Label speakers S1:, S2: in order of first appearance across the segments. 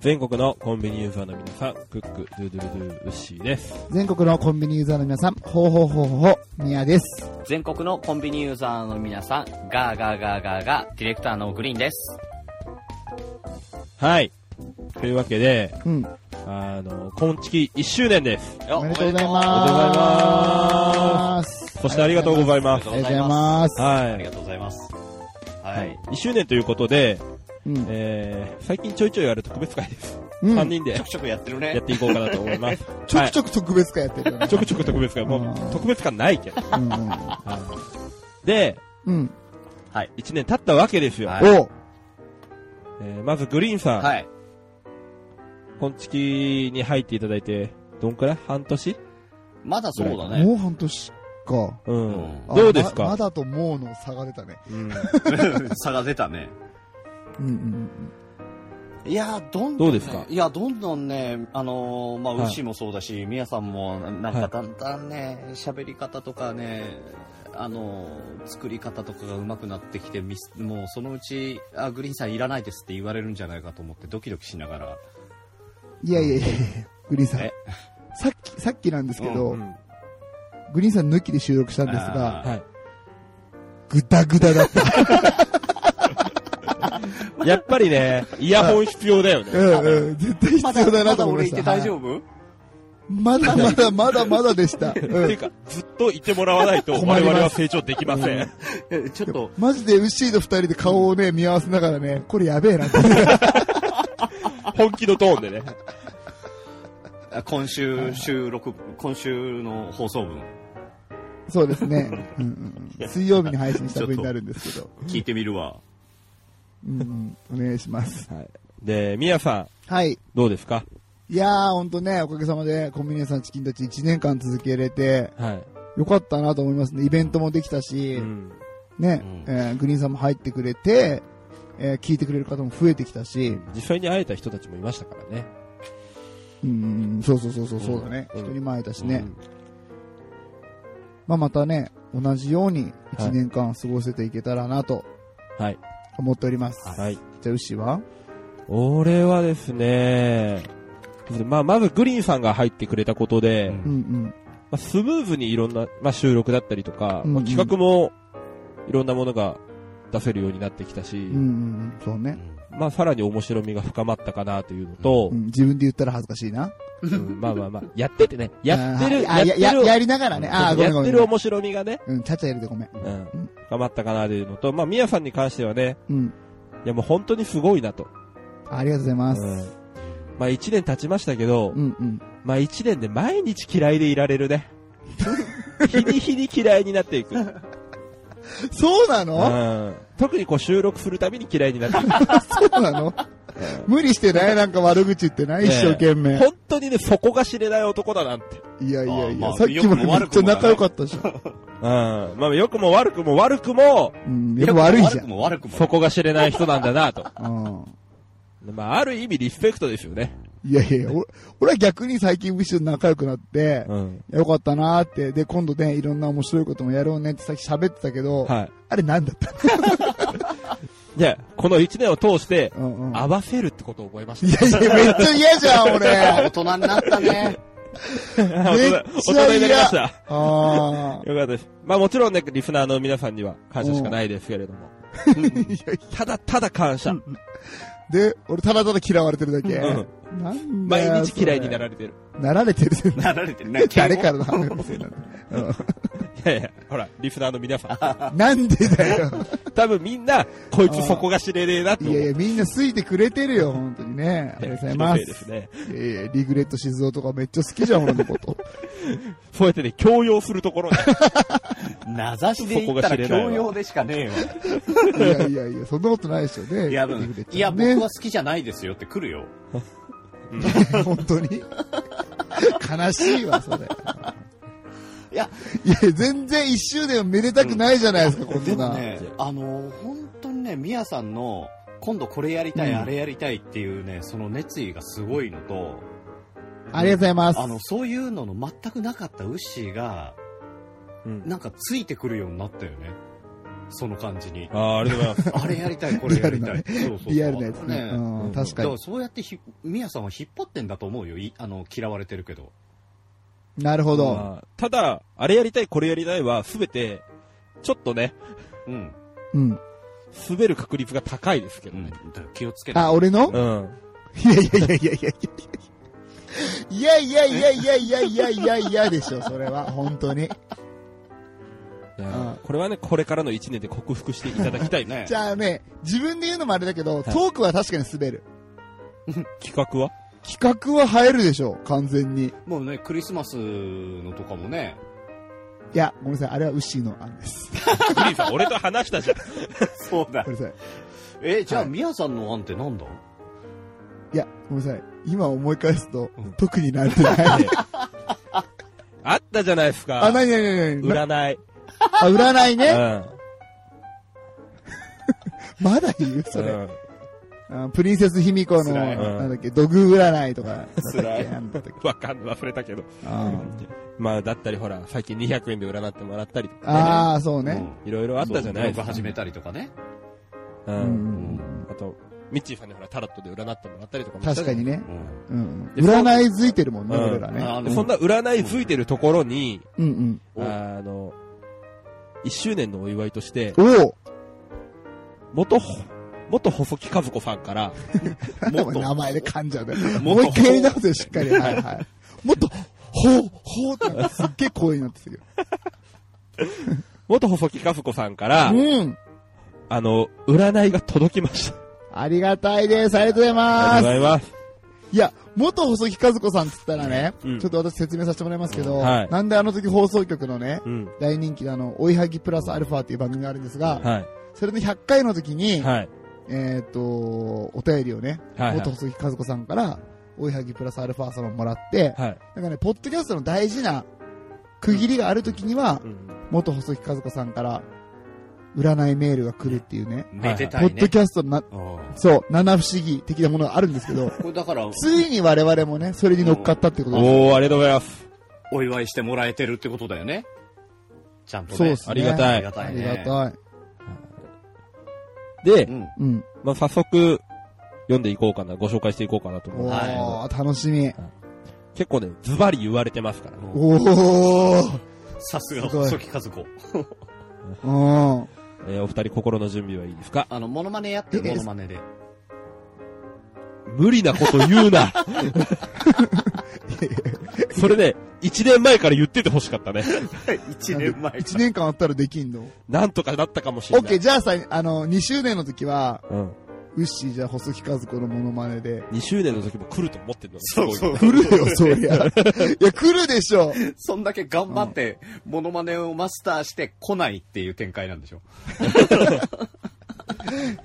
S1: 全国のコンビニユーザーの皆さん、クック、ドゥドゥドゥ、ウッシーです。
S2: 全国のコンビニユーザーの皆さん、ほうほうほうほうほう、みやです。
S3: 全国のコンビニユーザーの皆さん、ガーガーガーガーガー、ディレクターのグリーンです。
S1: はい。というわけで、
S2: うん。
S1: あの、コンチキ1周年です。
S3: お
S2: おめでとうござい
S1: ま
S2: ます。
S1: そしてありがとうございます
S2: ありがとうございます。
S1: は
S3: あり
S1: い
S3: が。とうございます。は。
S1: はい1周年ということで、
S2: うん。
S1: えー、最近ちょいちょいやる特別会です。
S2: う
S1: 3
S2: ん。
S1: 人で
S3: ちょくちょくやってる
S1: やっ
S3: ね。
S1: ていこうかなと思います。
S2: ちょくち
S1: ょ
S2: ょく特別会やってるよ
S1: く。
S2: ね。
S1: ちょくちょく特別会。も
S2: うん
S1: う、特別感ないけど。
S2: うん
S1: で、
S2: うん。うん。
S3: はい。
S1: 1年経ったわけですよ。
S3: はい
S2: おう
S1: えーまずグリーンさん、
S3: はい。
S1: コンチキに入っていただいて、どんくらい半年
S3: まだそうだね。
S2: もう半年か。
S1: う
S3: うん
S1: ん。
S2: あ
S1: どうですか、
S2: ままだともうの差が出たね。
S1: うん、
S3: 差が出たね。
S2: うんうん
S3: いやー、どんどん、ね、
S1: どうですか
S3: いや、どんどんね、あのーまあ、
S1: は
S3: ウ
S1: い
S3: ッシーもそうだし、ミヤさんも、なん
S1: は
S3: か
S1: い
S3: だんだんね、喋り方とかね、あのー作り方とかが上手くなってきて、ミスもうそのうち、あ、グリーンさんいらないですって言われるんじゃないかと思って、ドキドキしながら。
S2: うん。いやいやいやいや、グリーンさん
S3: え。
S2: さっき、さっきなんですけど、
S1: うん
S2: グリーンさん抜きで収録したんですが、
S1: は
S2: ぐだぐだだった。
S1: い。やっぱりね、イヤホン必要だよ
S2: う
S1: ね。
S2: んうん。絶対必要だなと思いました。
S3: 夫
S2: まだまだまだまだでした。う。
S1: っていうんか、ずっといてもらわないと
S2: 困
S1: 我
S2: ります
S1: 々は成長できません。
S3: えちょっと、
S2: マジでウッシーと二人で顔をね、見合わせながらね、これやべえなって。
S1: 本気のトーンでね。
S3: あ今週収録、今週の放送分、
S2: そうですね。うんうんうん水曜日に配信した分になるんですけど。
S3: 聞いてみるわ。
S2: うんうん、お願いします。
S1: はい、で、ミヤさん、
S2: はい。
S1: どうですか
S2: いやー、ほんとね、おかげさまでコンビニエンスのチキンたち1年間続けれて、
S1: はい。
S2: よかったなと思いますね。イベントもできたし、
S1: うん。
S2: ね、
S3: う
S2: えーグリーンさんも入ってくれて、えー聞いてくれる方も増えてきたし、
S1: 実際に会えた人たちもいましたからね。
S2: うん、うんそうそうそうそう、そうだね。
S1: うん
S2: 人にも会えたしね。まあ、またね、同じように1年間過ごせていけたらなと
S1: うん。はい。
S2: 思っております。
S1: はい。
S2: じゃあ、牛は
S1: 俺はですね、まあ、まずグリーンさんが入ってくれたことで、
S3: うん
S2: うんうん。
S1: まあ、スムーズにいろんな、まあ、収録だったりとか、
S2: うんうん
S1: まあ、企画もいろんなものが出せるようになってきたし、
S2: うんうんうん、そうね。
S1: まあさらに面白みが深まったかなというのと
S2: う、ん、自分で言ったら恥ずかしいな。
S1: うんまあまあまあ、やっててね、やってる、
S2: あーあ
S1: や
S2: や
S1: ってる、
S2: ややりながらね。ああ、ごめん
S1: や
S2: ご
S1: っ
S2: め
S1: て
S2: ん
S1: る
S2: ごめん。
S1: 面白みがね、
S2: うん、ちゃちゃ入れてごめん。
S1: うん、深まったかなというのと、まあ、みやさんに関してはね、
S2: うん。
S1: いやもう本当にすごいなと。
S2: ありがとうございます。
S1: うんまあ一年経ちましたけど、
S2: うんうん。
S1: まあ一年で毎日嫌いでいられるね。日に日に嫌いになってい く。
S2: そうな
S1: う
S2: の
S1: ん、特にこう収録するたびに嫌いになっていく。
S2: そうなの無理してないなんか悪口言ってない一生懸命。
S1: 本当にね、そこが知れない男だなんて。
S2: いやいやい
S3: まあ
S2: や、
S3: まあ
S2: さっきまでめっちゃ仲良かったじゃん。
S1: うん。まあ、良くも悪くも悪くも、
S2: うん、でも悪いじゃ
S3: 悪く
S2: ん。
S3: も悪くも。
S1: そこが知れない人なんだなと。
S2: うん。
S1: まあ、ある意味リスペクトですよね。
S2: いやいや、俺俺は逆に最近むしろ仲良くなって、
S1: うん。
S2: よかったなーって、で、今度ね、いろんな面白いこともやろうねってさっき喋ってたけど、
S1: は
S2: あれなんだった
S1: い。で、この一年を通して、
S2: うんうん。
S1: 合わせるってことを覚えま
S2: い
S1: し
S2: やいや、めっちゃ嫌じゃ ん、
S3: 大
S2: 俺。
S3: 人になったね。
S1: た。
S2: めっちゃ
S1: 大人大人になりました。
S2: ああ。
S1: よかったです。まあもちろんね、リスナーの皆さんには感謝しかないですけれども。ただただ感謝。
S2: で、俺ただただ嫌われてるだけ。
S1: う
S2: なんだよ
S1: 毎日嫌いにな
S2: そ
S1: られてる。
S2: れなられてる。
S3: なられてるね。
S2: 誰からの話なんだよ
S1: いやいや、ほら、リスナーの皆さん。
S2: うんなんでだよ。
S1: 多分みんな、こいつそこが知れねえなと
S2: い
S1: 思う。
S2: やいや、みんな好いてくれてるよ、本当にね。ありがとうございま
S1: 気のせいです
S2: す。
S1: ね。
S2: いやいや、リグレット静雄とかめっちゃ好きじゃん、俺のこと。
S1: そうやってね、強要するところね
S3: 名指しで言ったら教養でしかね
S2: いやいやいや、そんなことないですよ
S3: え
S2: ね。
S3: わ。いや、で
S2: リ
S3: も
S2: グレット
S3: いや、
S2: ね
S3: 僕は好きじゃないですよって来るよ。
S2: 本当に悲しいわ、それ。
S3: いや、
S2: いや、全然一周年はめでたくないじゃないですか、こん
S3: でも
S2: な。
S3: ね、あのー、本当にね、ミヤさんの、今度これやりたい、
S2: うん
S3: あれやりたいっていうね、その熱意がすごいのと、
S2: ありがとうございます。
S3: あの、そういうのの全くなかったウッシーが、
S1: うん
S3: なんかついてくるようになったよね。その感 じに。
S1: ああ、ありがとうございます。
S3: あれやりたい、これやりたい。そうそうそう
S2: リアルなやつね。
S3: ね
S2: うん
S1: うん
S2: 確か
S3: だか
S2: に
S3: ら。そうやってひ、みやさんは引っ張ってんだと思うよ。いあの、嫌われてるけど。
S2: なるほど。
S1: まあただ、あれやりたい、これやりたいは、すべて、ちょっとね、
S3: うん。
S2: うん。
S1: 滑る確率が高いですけ
S3: う
S1: ど
S3: ん
S1: ね。
S3: だから気をつけて。
S2: あ、俺の
S1: うん。
S2: いやいやいやいやいやいやいやいやいやいやいやいやいやいやでしょ、それは。本当に。
S1: いや
S2: うん
S1: これはね、これからの1年で克服していただきたいね。
S3: ね
S2: じゃあね、自分で言うのもあれだけど、トークは確かに滑る。
S1: 企画は
S2: 企画は映えるでしょ、完全に。い
S3: もうね、クリスマスのとかもね、
S2: や、ごめんなさい、あれはウッシーの案です。
S1: グリーンさん、俺と話した じゃん。
S3: そうだ
S2: ご。めんなさい。
S3: え、じゃあ、
S2: はい
S3: みやさんの案ってなんだ
S2: いや、ごめんなさい。今思い返すと、
S3: うん
S2: 特になんてない。
S1: あったじゃないですか。
S2: あ、なになになにな
S1: 占い。
S2: あ、占いうね。
S1: ん。
S2: まだ言うそれ、
S1: うん
S2: あプリンセス卑弥呼の、
S3: 辛い
S2: なんだっけ、土偶占いとか。
S3: 辛い
S2: なんだったっけ
S1: わかんない、忘れたけど。
S2: あー
S1: まあ、だったりほら、最近200円で占ってもらったりとか、ね、
S2: あー、そうね。
S1: いろいろあったじゃないです
S3: か。
S1: か。
S3: 始めたりとかね。
S1: う。
S2: うんん。
S1: あと、ミッチーさんにほら、タラットで占ってもらったりとかもしたじゃ
S2: 確
S1: な
S2: か
S1: い
S2: にね。
S3: うん。
S2: うん。
S1: でそう
S2: 占いづいてるもんね、
S1: うん
S2: 俺らね。
S3: あ
S1: で
S3: の
S1: そんな占いづいてるところに、
S2: うん
S3: うん
S1: あの、1周年のお祝いとして、
S2: うん。おお
S1: 元ほ、元細木和子さんから、
S3: もっと
S2: 名前で噛んじゃうね。も
S3: もっ
S2: う
S3: と
S2: 一回やり直せよ、しっかり。はいはい。もっと、ほう、ほうってなんかすっげえ声になってた けど。
S1: 元細木和子さんから、
S2: うん。
S1: あの、占いが届きました。
S2: ありがたいです。ありがとうござい
S1: ありが
S2: ま
S1: とうございます。
S2: す。いや、元細木和子さんって言ったらね、
S1: うん
S2: ちょっと私説明させてもらいますけど、
S1: うんはい
S2: なんであの時放送局のね、
S1: うん。
S2: 大人気のあの、追いはぎプラスアルファっていう番組があるんですが、
S1: は
S2: それの100回の時
S1: い。
S2: に、
S1: はい。
S2: えっ、と、お便りをね、
S1: はい。はい
S2: 元細木和子さんから、追いはぎプラスアルファ様もらって、
S1: はい。
S2: なんかね、ポッドキャストの大事な区切りがあるときには
S1: う、ん。
S2: 元細木和子さんから、占いメールが来るっていうね、
S3: めで
S2: ポ
S3: たい
S2: ッド
S3: ね。
S2: キャストのな、
S3: うん
S2: そう、七不思議的なものがあるんですけど、
S3: これだから、
S2: ついに我々もね、それに乗っかったってことです。
S1: おー、ありがとうございます。
S3: お祝いしてもらえてるってことだよね。ちゃんとね。
S2: そうっすね
S1: ありがたい
S3: ありがた
S2: あ
S3: い
S2: り
S3: ね。
S2: がたい。
S1: で
S3: う、ん。
S2: うん。
S1: まあ、早速、読んでいこうかな、ご紹介していこうかなと思うん
S2: お
S1: ですけど、
S2: ー、楽しみ。
S1: 結構ね、ズバリ言われてますから。
S2: おー、
S3: さすが、
S2: すごい
S3: 細木和子。
S2: うん。
S1: えーお二人心の準備はいいですか
S3: あの、モノマネやってる
S2: ええ
S3: モノマネで。
S1: 無理なこと言う なそれね、一年前から言ってて欲しかったね。
S3: 1年前
S2: 1年間あったらできんの
S1: なんとかなったかもし
S2: オ
S1: れ
S2: ッ
S1: な
S2: ケー、
S1: い。
S2: じゃあさ、あの、2周年の時は、
S1: うん。
S2: ウッシーじゃあ細木和子のモノマネで、
S1: 2周年の時も来ると思ってるのがす
S3: そ
S1: ごいうね
S3: そう。
S2: 来るよ、そりゃ。いや、来るでしょ。
S3: そんだけ頑張って、モノマネをマスターして来ないっていう展開なんでしょ。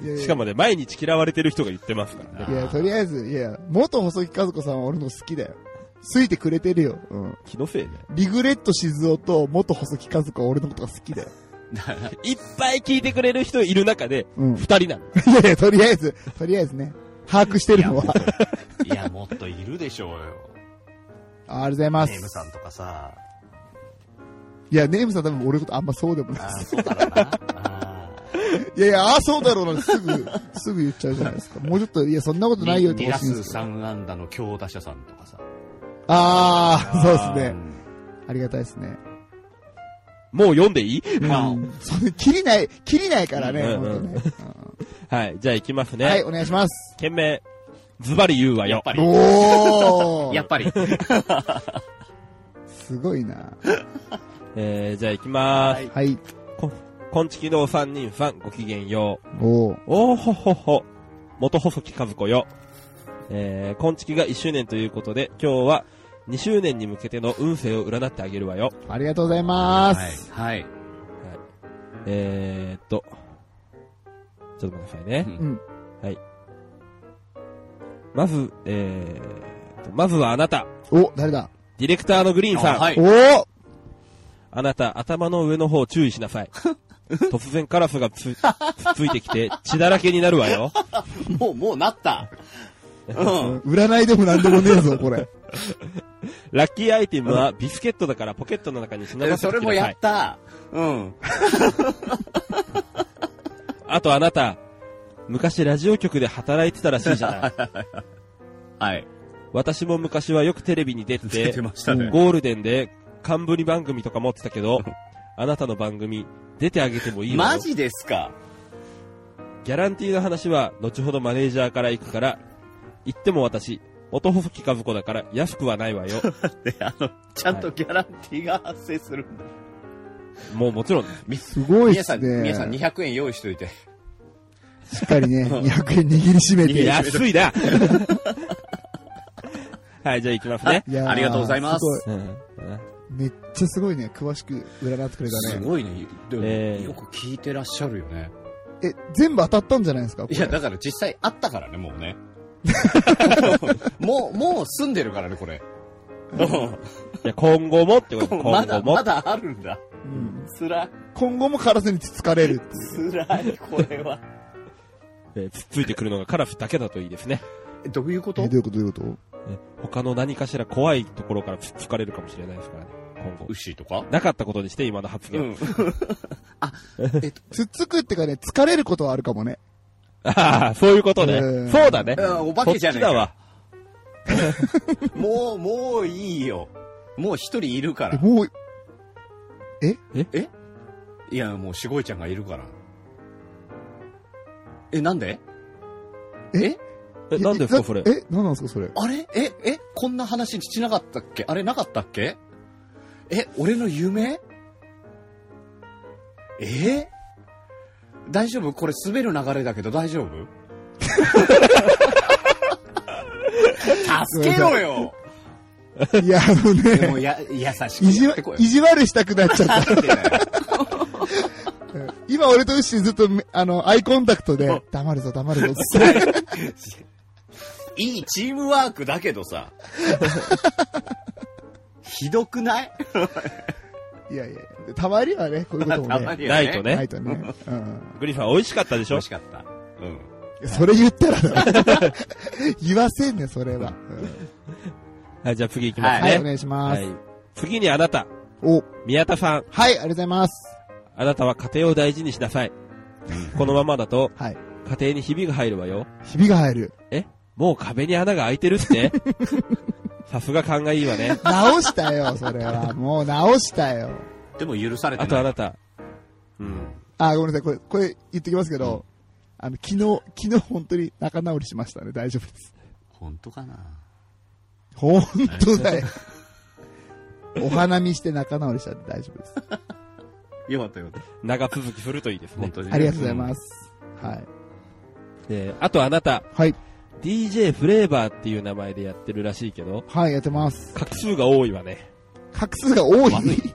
S2: いやいや
S1: しかもね、毎日嫌われてる人が言ってますからね。
S2: いや、とりあえず、いや、元細木和子さんは俺の好きだよ。ついてくれてるよ。うん。
S1: 気のせいね。
S2: リグレット静雄と元細木和子は俺のことが好きだよ。
S1: いっぱい聞いてくれる人いる中で、
S2: うん。い
S1: 二人なの。
S2: やいや、とりあえず、とりあえずね、把握してるのは。
S3: いや、もっといるでしょうよ。
S2: あありがとうございま
S3: ネーム
S2: す
S3: さ。んとかさ。
S2: いや、ネームさん多分俺のことあんまそうでもない。
S3: あーそうだろうな。あ
S2: いやいや、ああ、そうだろうな、すぐ、 すぐ言っちゃうじゃないですか。もうちょっと、いや、そんなこと
S3: ー
S2: ないよって
S3: に
S2: 言
S3: 2
S2: ってほ
S3: 打
S2: しいんで
S3: 数
S2: すけど。
S3: 3安打の強打者さんとかさ。
S2: ああ、そうです
S3: う
S2: ね。
S3: ん
S2: ありがたいですね。
S1: もう読んでいい
S3: まあ
S2: うん、そんな、切りない、切りないからね、
S1: うん
S2: ほんとね。
S1: はい、じゃあ行きます
S2: うんは
S1: ね
S2: い、。お願いします。
S1: 件名、ズバリ言うわ
S3: やっ
S1: よ。
S3: ぱり。
S2: おー
S3: やっぱり。
S2: すごいな。
S1: えー、じゃあ行きまーす。
S2: はい。
S1: こ、こんちきのお三人さん、ごきげんよう。
S2: おー
S1: おーほほほ。元細木和子よ。えー、今月が1周年ということで、今日は2周年に向けての運勢を占ってあげるわよ。
S2: ありがとうございます。
S3: はい。はい。
S1: えーっと、ちょっと待ってくださいね。
S3: うん
S2: うん。
S1: まず、えーっと、まずはあなた、
S2: お、誰だ
S1: ディレクターのグリーンさん。
S3: あはい
S2: おー
S1: あなた、頭の上の方注意しなさい。 突然カラスがつ、つ ついてきて血だらけになるわよ。
S3: もう、もうなった。うん。
S2: 占いでもなんでもねえぞ、こ れ。
S1: ラッキーアイテムはビスケットだからポケットの中に忍ばせ
S3: そ
S1: て
S3: れ
S1: く
S3: も
S1: だ
S3: や
S1: さ
S3: っ
S1: い。
S3: た。うん。
S1: あとあなた、昔ラジオ局で働いてたらしいじゃない。
S3: はい。
S1: 私も昔はよくテレビに出
S3: 出
S1: て
S3: て、ましたね。
S1: ゴールデンで冠番組とか持ってたけど、あなたの番組、出てあげてもいいわ
S3: マ
S1: よ。
S3: ジですか
S1: ギャランティーの話は、後ほどマネージャーから行くから、言っても私、元細木和子だから安くはない わよ。
S3: で、あの、ちゃんとギャランティーが発生するんだ。
S1: もうもちろん、
S2: すごいっ
S3: 皆
S2: す
S3: さん、
S2: ね。
S3: 皆さん200円用意しといて。
S2: しっかりね、200円握りしめて。
S3: いや
S1: 安いな はい、じゃあ行きますね。
S2: いやー
S3: ありがとうございます
S2: ご
S1: うん
S2: めっちゃすごいね、詳しく占ってくれた
S3: す
S2: ね。
S3: ごいね。でも
S1: ええ
S3: よく聞いてらっしゃるよね。
S2: え、全部当たったんじゃないですかこ
S3: い
S2: れ
S3: や、だから実際あったからね、もう ね。もう、もう住んでるからね、こ
S1: い
S3: れ。
S1: や、今後もってこと、今
S3: まだ、
S1: 後も
S3: ま。だあるんだ。
S2: うん
S3: つら、
S2: 今後もカラスにつつかれるっていう。
S3: つらい、これ は。
S1: えーつっついてくるのがカラスだけだといいですね。
S3: どういうこ
S2: えどういうことどういうこと
S1: えー他の何かしら怖いところからつっつかれるかもしれないですからね、今後。
S3: 牛とか
S1: なかったことにして、今の発
S3: う
S1: 言。
S3: ん。
S2: つっつくってかね、疲れることはあるかもね。
S1: ああ、そういうことね。
S2: うん
S1: そうだね。
S3: うんお化けじゃねえか
S1: そっちだわ。
S3: もう、もういいよ。もう一人いるか
S2: え
S3: ら。
S2: もう、
S3: いや、もうしごいちゃんがいるから。え、なんで
S2: え
S3: え
S1: え、なんですか、
S2: な
S1: それ。
S2: え、なんなんですか、それ。
S3: あれえ、え、こんな話しなかったっけあれなかったっけえ、俺の夢えー大丈夫これ滑る流れだけど大丈夫 助けろよ
S2: いや、あの
S3: でも
S2: ね、
S3: や、優しく
S2: 意地
S3: やっ
S2: わ
S3: てこ、い
S2: 意地悪したくなっちゃった。
S3: よ。
S2: 今俺とウッシーずっとめ、あの、アイコンタクトで、黙るぞ、黙るぞって
S3: いいチームワークだけど さ。ひどくない
S2: いやいや、たまにはね、こういうこ
S3: た
S2: とも
S3: ま
S2: ね。
S3: には
S1: な
S3: ね。
S1: いと
S2: ない
S1: ね。
S2: とね。うん。
S1: グリファン美味しかったでし
S3: 美
S1: ょ
S3: 味しかった。うん。
S2: それ言ったらな、 言わせんね、それは。
S1: はい、じゃあ次行きま
S2: うん
S1: す
S2: はい、
S1: ね。
S2: お願いします。
S1: はい次にあなた、
S2: お、はい、
S1: 宮田さん。
S2: ありがとうございます。
S1: あなたは家庭を大事にしなさい。このままだと、
S2: はい。
S1: 家庭にひびが入るわよ。
S2: ひびが入る。
S1: えもう壁に穴が開いてる ってさすが勘がいいわね。
S2: 直した よ、それは。もう直したよ。
S3: でも許されて
S1: あと
S3: な
S1: あ
S3: い。
S1: なた。うん。
S2: あ、ごめんなさい、これ、これ言ってきますけど、あの、昨日、昨日本当に仲直りしましたね。大丈夫です。
S3: 本当かな
S2: 本当だ よ。お花見して仲直りしたんで大丈夫です。
S3: よかったよかった。
S1: 長続きするといいですね
S3: 本。当に、
S2: ありがとうございます。はい。
S1: であとあなた、
S2: はい。
S1: DJ フレーバーっていう名前でやってるらしいけど、
S2: はい、やってます。
S1: 画数が多いわね。
S2: 画数が多い。
S3: 悪い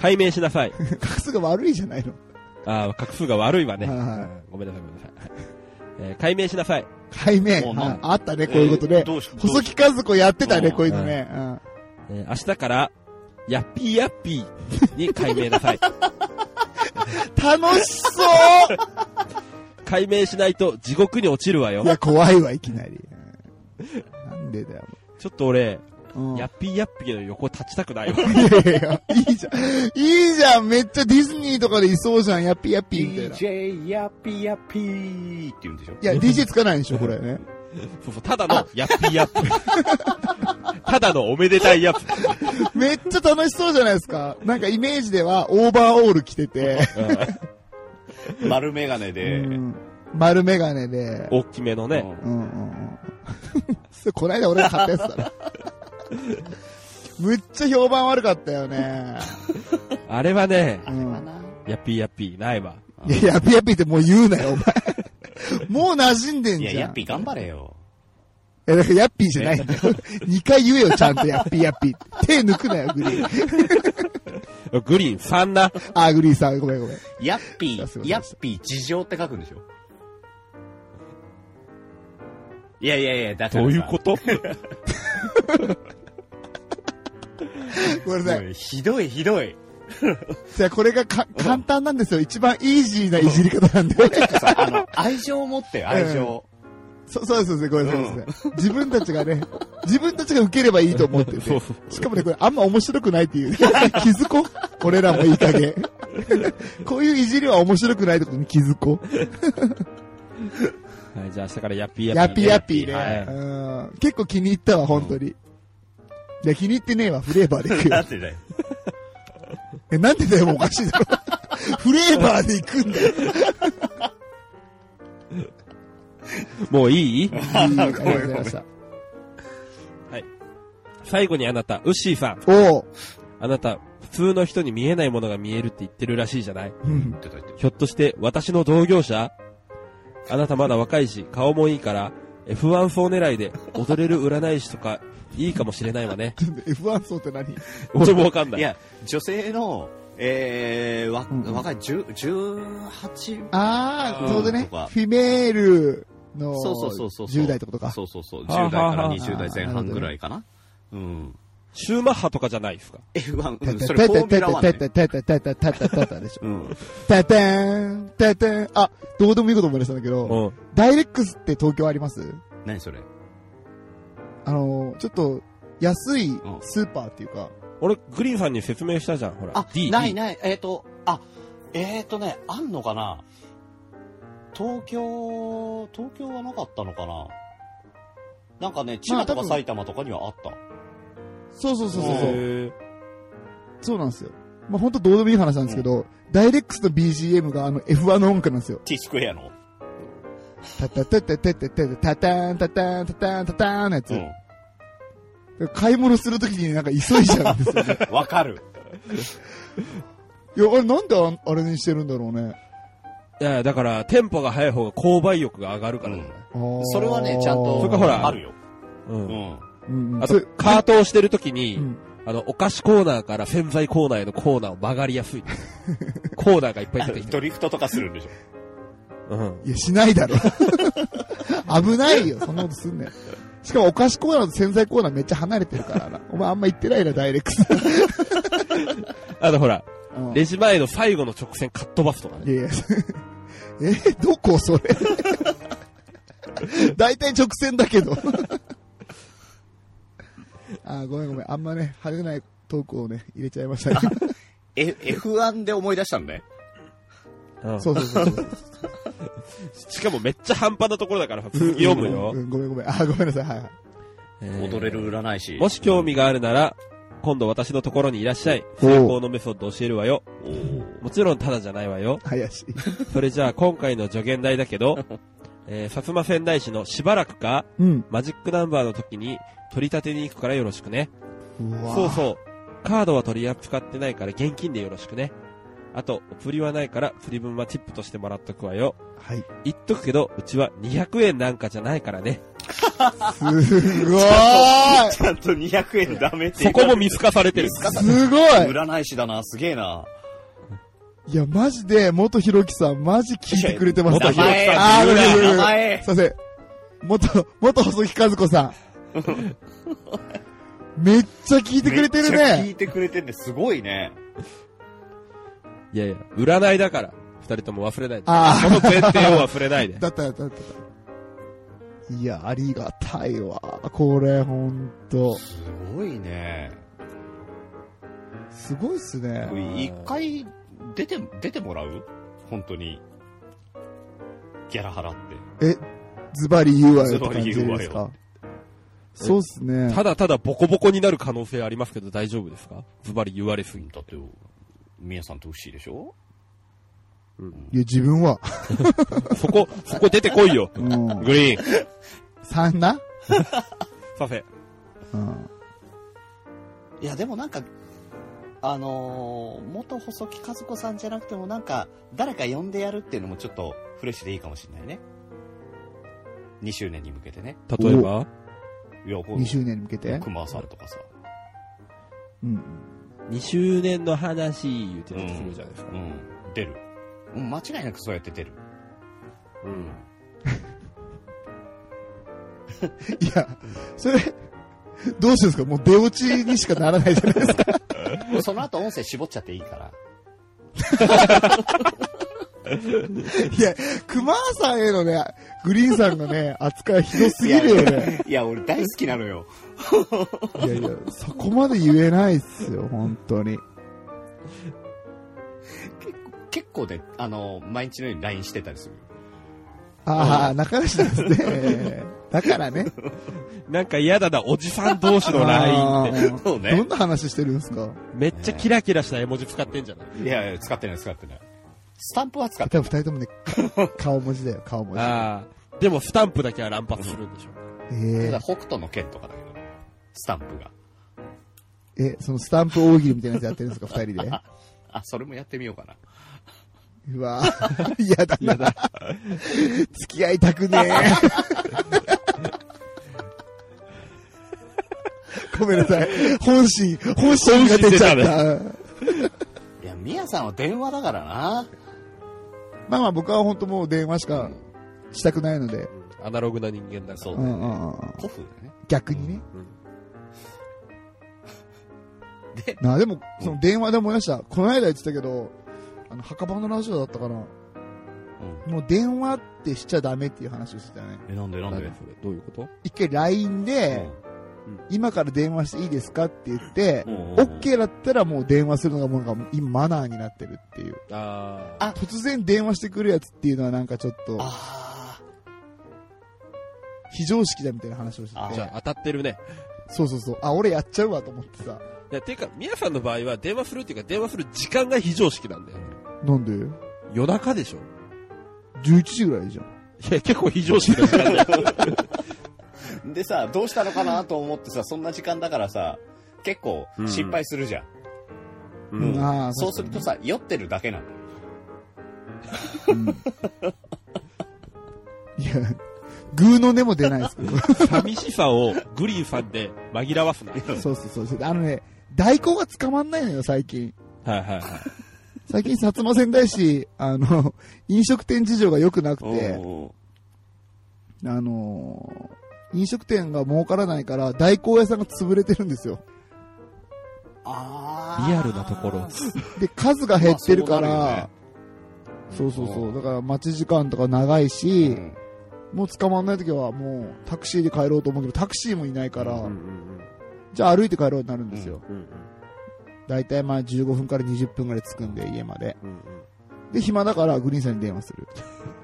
S1: 解明しなさい。
S2: 画数が悪いじゃないの。
S1: ああ、画数が悪いわね。
S2: はいはい
S1: うんごめんなさい、ごめんなさい。えー解明しなさい。
S2: 解明。
S3: もうなん
S2: ああったね、こういうことね。
S3: どうし
S2: 細木和子やってたね、
S3: どう
S2: こういうのね。うん
S1: えー明日から、ヤッピーヤッピーに解明なさ い。
S2: 楽しそう
S1: 解明しないと地獄に落ちるわよ
S2: い。や、怖いわ、いきなり。うんなんでだよ。
S1: ちょっと俺、
S2: うん
S1: ヤッピーヤッピーの横立ちたく ないわ。
S2: いやいや、いいじゃん。いいじゃん。めっちゃディズニーとかでいそうじゃん。やっぴやっぴみたいな。い
S3: DJ ヤッピーヤッピーって言うんでしょ
S2: や、DJ つかないんでしょ、これね。
S1: そうそう、ただのヤッピーヤッピー。 ただのおめでたいやつ。
S2: めっちゃ楽しそうじゃないですか。なんかイメージでは、オーバーオール着てて、
S3: 丸メガネで。
S2: うん丸メガネで、
S1: 大きめのね。
S2: うんうんうん。そ れこないだ俺が買ったやつだな。 むっちゃ評判悪かったよね。
S1: あれはね、
S2: うん
S1: ヤッピーヤッピーないわ。
S2: いや、やっぴやっぴってもう言うなよ、お前。 もう馴染んでんじ
S3: い
S2: ゃ
S3: や、
S2: ん。
S3: ヤッピー頑張れよ。
S2: いや、だからヤッピーじゃないんだ よ。二回言えよ、ちゃんとヤッピーヤッピー。手抜くなよ、グリーン。
S1: グリーン3な。
S2: あ、グリーンさん、ごめんごめん。
S3: ヤッピ
S2: さすが
S3: ー、
S2: でした
S3: ヤッピー事情って書くんでしょいやいやいや、だから
S1: ど
S3: さ
S1: ういう こと
S2: ごめんなさい。
S3: ひどいひどい。
S2: じゃこれがか簡単なんですよ。一番イージーないじり方なんで。
S3: さあの、愛情を持ってよ、愛情。
S2: そ そうですね、ごめんなさいそうですね。自分たちがね、自分たちが受ければいいと思って
S1: そ
S2: て
S1: うそう。
S2: しかもね、これあんま面白くないっていう、ね、 気づこう俺らもいい加減。 こういういじりは面白くないとことに気づこう。
S1: はい、じゃあ明日からヤッピー
S2: やっぴやっぴ
S1: は
S2: ね、
S1: い
S2: うん。結構気に入ったわ、本当に。いや、気に入ってねえわ、フレーバーで行く
S3: な
S2: よ
S3: ん。でだよ。
S2: え、なんでだよ、おかし いだろ。フレーバーで行くんだよ。
S1: もういい
S2: ありが
S3: ご
S2: と
S3: めん
S2: うございました。
S1: 最後にあなた、ウッシーさん。
S2: おう。
S1: あなた、普通の人に見えないものが見えるって言ってるらしいじゃない
S2: うん
S3: 言ってた言って
S1: ひょっとして、私の同業者あなたまだ若いし、顔もいいから、F1 層狙いで、踊れる占い師とか、いいかもしれないわね。
S2: ちょっと F1 層って何
S1: 俺もわかんな
S3: た
S1: い。
S3: いや、女性の、えー、わ、
S2: うん
S3: 若い、十、十八
S2: あ
S3: うん
S2: あ、そうでね
S3: とか。
S2: フィメールの
S3: そうそうそうそう。
S2: 10代ってことか。
S3: そうそうそう。10
S1: はあはあ
S3: 代から
S1: はあ
S3: 20代前半ぐらいかな。うん。
S1: シューマッハとかじゃないですか。
S3: F1、
S2: た
S3: うん、
S2: た
S3: それ
S2: た
S3: フォーミ
S2: た
S3: ュラワ
S2: た
S3: ン
S2: た
S3: ね。
S2: たたたたたたたたでしょ。
S3: うん。
S2: たたーん、たたーん。あ、どうでもいいこと思い出したんだけ
S1: う
S2: ど、
S1: ん。
S2: ダイレックスって東京あります
S3: 何それ
S2: あの、ちょっと安いスーパーっていうか、
S1: 俺、グリーンさんに説明したじゃん、ほら。
S3: あ、
S1: D
S3: ない
S1: D
S3: ない、えっ、と、あ、えっ、とね、あんのかな東京、東京はなかったのかななんかね、千葉と
S2: 多
S3: か
S2: 分
S3: 埼玉とかにはあった。
S2: そうそうそう
S3: う
S2: そううそ
S1: へ
S2: う。
S1: ー
S2: そうなんですよ。まあ、ほんとどうでもいい話なんですけど、ダイレックスの BGM があの F1 の音楽なんですよ。
S3: T スクエアの。
S2: たたたたたたたたたーんたたーんたたーんたたーんのや
S3: う
S2: つ。
S3: ん。
S2: 買い物するときになんか急いじゃうんですよ。
S3: わかる。
S2: いや、あれなんでああれにしてるんだろうね。
S1: いや、だから、テンポが速い方が購買欲が上がるからじゃない。
S2: あー
S3: それはね、ちゃんと、
S1: それかほら
S3: あるよ。
S1: う。
S3: うんん。
S2: うんうん
S1: あ
S2: そ
S1: と
S2: れ、
S1: カートをしてるときに、
S2: うん
S1: あの、お菓子コーナーから洗剤コーナーへのコーナーを曲がりやすい。コーナーがいっぱい出てきて
S3: ド
S1: る。
S3: リフトとかするんでしょ。
S1: うん。
S2: いや、しないだろ。 危ないよ、そんなことすんねん。しかもお菓子コーナーと洗剤コーナーめっちゃ離れてるからな。お前あんま行ってないな、ダイレクト。
S1: あとほら、
S2: うん
S1: レジ前の最後の直線かっ飛ばすとかね。
S2: いやいやえ、どこそれ。 大体直線だけど。 あー、ごめんごめん。あんまね、派手ないトークをね、入れちゃいましたけど。
S3: え F1 で思い出したんね。
S1: うん。
S2: そうそうそうそう。
S1: しかもめっちゃ半端なところだから、続き読むよ
S2: う。ん。ごめんごめん。あー、ごめんなさい。はいはい。
S1: えー
S3: 踊れる占い師。
S1: もし興味があるなら、今度私のところにいらっしゃい。
S2: おう
S1: 成功のメソッド教えるわよ。
S3: おー
S1: もちろんただじゃないわよ。
S2: 林。
S1: それじゃあ今回の助言台だけど、 えー、薩摩仙台市のしばらくか、
S2: うん。
S1: マジックナンバーの時に取り立てに行くからよろしくね。
S2: うわー
S1: そうそう。カードは取り扱ってないから現金でよろしくね。あと、振りはないから振り分はチップとしてもらっとくわよ。
S2: はい。
S1: 言っとくけど、うちは200円なんかじゃないからね。
S2: す ごーい
S3: ちゃんと200円ダメって
S1: そ
S3: 言
S1: こ
S3: われ
S1: も
S3: て
S1: 見透かされてる。
S2: すごい
S3: 占い師だな、すげえな。
S2: いや、マジで、元ひろきさん、マジ聞いてくれてます
S1: 元
S3: 名
S1: ひろき
S3: 前
S2: あー、ごめんごめんごめん
S3: 名前
S2: すいません。元、元細木和子 さん。めっちゃ聞いてくれてる
S3: めっちゃ聞
S2: ね。
S3: いてくれてるね。すごいね。
S1: いやいや、占いだから。二人とも忘れないで。
S2: あ
S1: この前提を忘れないで
S2: ー、。だっただっただった。いや、ありがたいわ。これ、ほんと。
S3: すごいね。
S2: すごいっすね。
S3: 一回、出て、出てもらう本当に。ギャラ払って。
S2: ズバリ言うわよって
S3: ズバ
S2: 感
S3: リ
S2: じ
S3: 言うわよ
S2: ですか。そうっすね。
S1: ただただボコボコになる可能性ありますけど大丈夫ですかズバリ言われすぎて。
S3: だって、みやさんとウッシーでしょ
S2: いや、自分は。
S1: そこ、そこ出てこいよ。
S2: うん。
S1: グリーン、
S2: さんな
S1: パフェ。
S2: うん。
S3: いや、でもなんか、あのー元細木和子さんじゃなくてもなんか、誰か呼んでやるっていうのもちょっとフレッシュでいいかもしれないね。2周年に向けてね。
S1: 例えば、
S3: いや、こ
S2: 2周年に向けて。
S3: 熊さんとかさ。
S2: うん。
S1: 2周年の話言って出てくるじゃないですか
S3: う。ん。出る。うん間違いなくそうやって出る。
S1: うん。
S2: いや、それ、どうするんですかもう出落ちにしかならないじゃないですか。
S3: もうその後音声絞っちゃっていいから。
S2: いや、熊さんへのね、グリーンさんのね、 扱いひどすぎるよね。
S3: いや、俺大好きなのよ。
S2: いやいや、そこまで言えないっすよ、本当に。
S3: 結構ね、あの、毎日のように LINE してたりする。
S2: ああ、仲良しなんですね。 だからね。
S1: なんか嫌だな、おじさん同士の LINE って。
S2: あー
S3: そう
S2: ど
S3: ね
S2: ん。な話してるんですか
S1: めっちゃキラキラした絵文字使ってんじゃない
S3: いやいや、使ってない、使ってない。スタンプは使っ
S2: 多
S3: て
S2: 分二人と もね、顔文字だよ、顔文字。
S1: ああ。でもスタンプだけは乱発するんでしょ。
S3: た
S2: え
S3: だ北斗の剣とかだけど、スタンプが。
S2: ええ、そのスタンプ大喜利みたいなやつやってるんですか、二人で。
S3: あ、それもやってみようかな。
S2: うわぁ、 嫌だな。付き合いたく ねえ。ごめんなさい。本心、本心が出ちゃっ
S1: 本心出た
S2: た。
S3: いや、みやさんは電話だからな。
S2: まあまあ僕は本当もう電話しかしたくないので。
S1: アナログな人間だか
S3: そ
S1: ら。
S3: う
S2: う
S3: だ
S2: ん
S3: よ
S2: うん
S3: ね。
S2: うんうん。
S3: 古風だね。
S2: 逆にね。
S1: うん
S2: なあでも、その電話で思い出した。この間言ってたけど、あの、墓場のラジオだったかな。もう電話ってしちゃダメっていう話をしてたよね。
S3: うん。え、なんでなん
S1: 何
S3: で
S1: それどういうこと
S2: 一回 LINE で、今から電話していいですかって言って、
S3: オ
S2: オッケーだったらもう電話するのがもうなんか今マナーになってるっていう。
S1: ああ。
S3: あ
S2: 突然電話してくるやつっていうのはなんかちょっと
S3: あ
S2: 非常識だみたいな話をして
S3: あ
S1: じゃ
S2: て。
S1: あ当たってるね。
S2: そうそうそう。あ、俺やっちゃうわと思ってさ。
S1: いや、ていうか、みやさんの場合は電話するっていうか、電話する時間が非常識なんだよね。
S2: なんで
S1: 夜中でしょ
S2: ?11 時ぐらいじゃん。
S1: いや、結構非常識な時間だよ。
S3: ー でさ、どうしたのかなと思ってさ、そんな時間だからさ、結構心配するじゃん。
S1: う
S2: うん、
S1: ん。
S2: ああ、
S3: そうするとさ、酔ってるだけなの。
S2: そうだね。うん、いや、グーの音も出ないですけ ど。
S1: 寂しさをグリーンさんで紛らわ すな。はい
S2: そうそうそう。あのね、代行が捕まんないのよ、最近。
S1: はいはい。
S2: 最近、薩摩仙台市、あの、飲食店事情が良くなくて、
S3: お
S2: あの、飲食店が儲からないから、代行屋さんが潰れてるんですよ。
S3: あー
S1: リアルなところ
S2: で、数が減ってるから、
S3: まあ
S2: そうそうそうう。
S3: ん
S2: だから待ち時間とか長いし、
S3: うん
S2: もう捕まんない時はもうタクシーで帰ろうと思うけど、タクシーもいないから、
S1: うんうん
S2: じゃあ歩いて帰ろうになるんですよ。
S1: うんうん
S2: だいたいまあ15分から20分ぐらい着くんで、家まで。
S1: うんうん
S2: で、暇だからグリーンさんに電話する。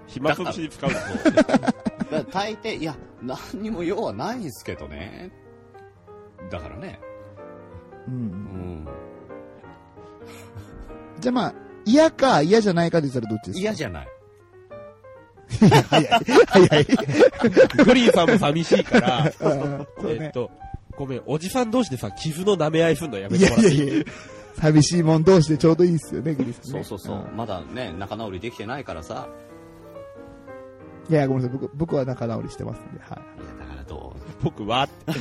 S1: 暇つぶしに使うの。
S3: だから大抵、いや、何にも用はないんすけどね。だからね。
S2: う。
S3: うんん。
S2: じゃあまあ、嫌か嫌じゃないかで言ったらどっちですか
S3: 嫌じゃない。
S2: ゃん。早い。早い。
S1: グリーンさんも寂しいから、
S2: うん そう
S1: えっ
S2: ね。
S1: と、ごめん、おじさん同士でさ、傷の舐め合いすんのやめ
S2: い
S1: て
S2: や
S1: もらっ
S2: い
S1: て
S2: や
S1: いい
S2: いや。寂しいもん同士でちょうどいいっすよね、グリーンさん、
S3: そ
S2: ね。
S3: うそうそう。
S2: ん
S3: まだね、仲直りできてないからさ。
S2: いや、ごめんなさい。僕、僕は仲直りしてますんで、はい。
S3: いや、だからど
S1: 僕はって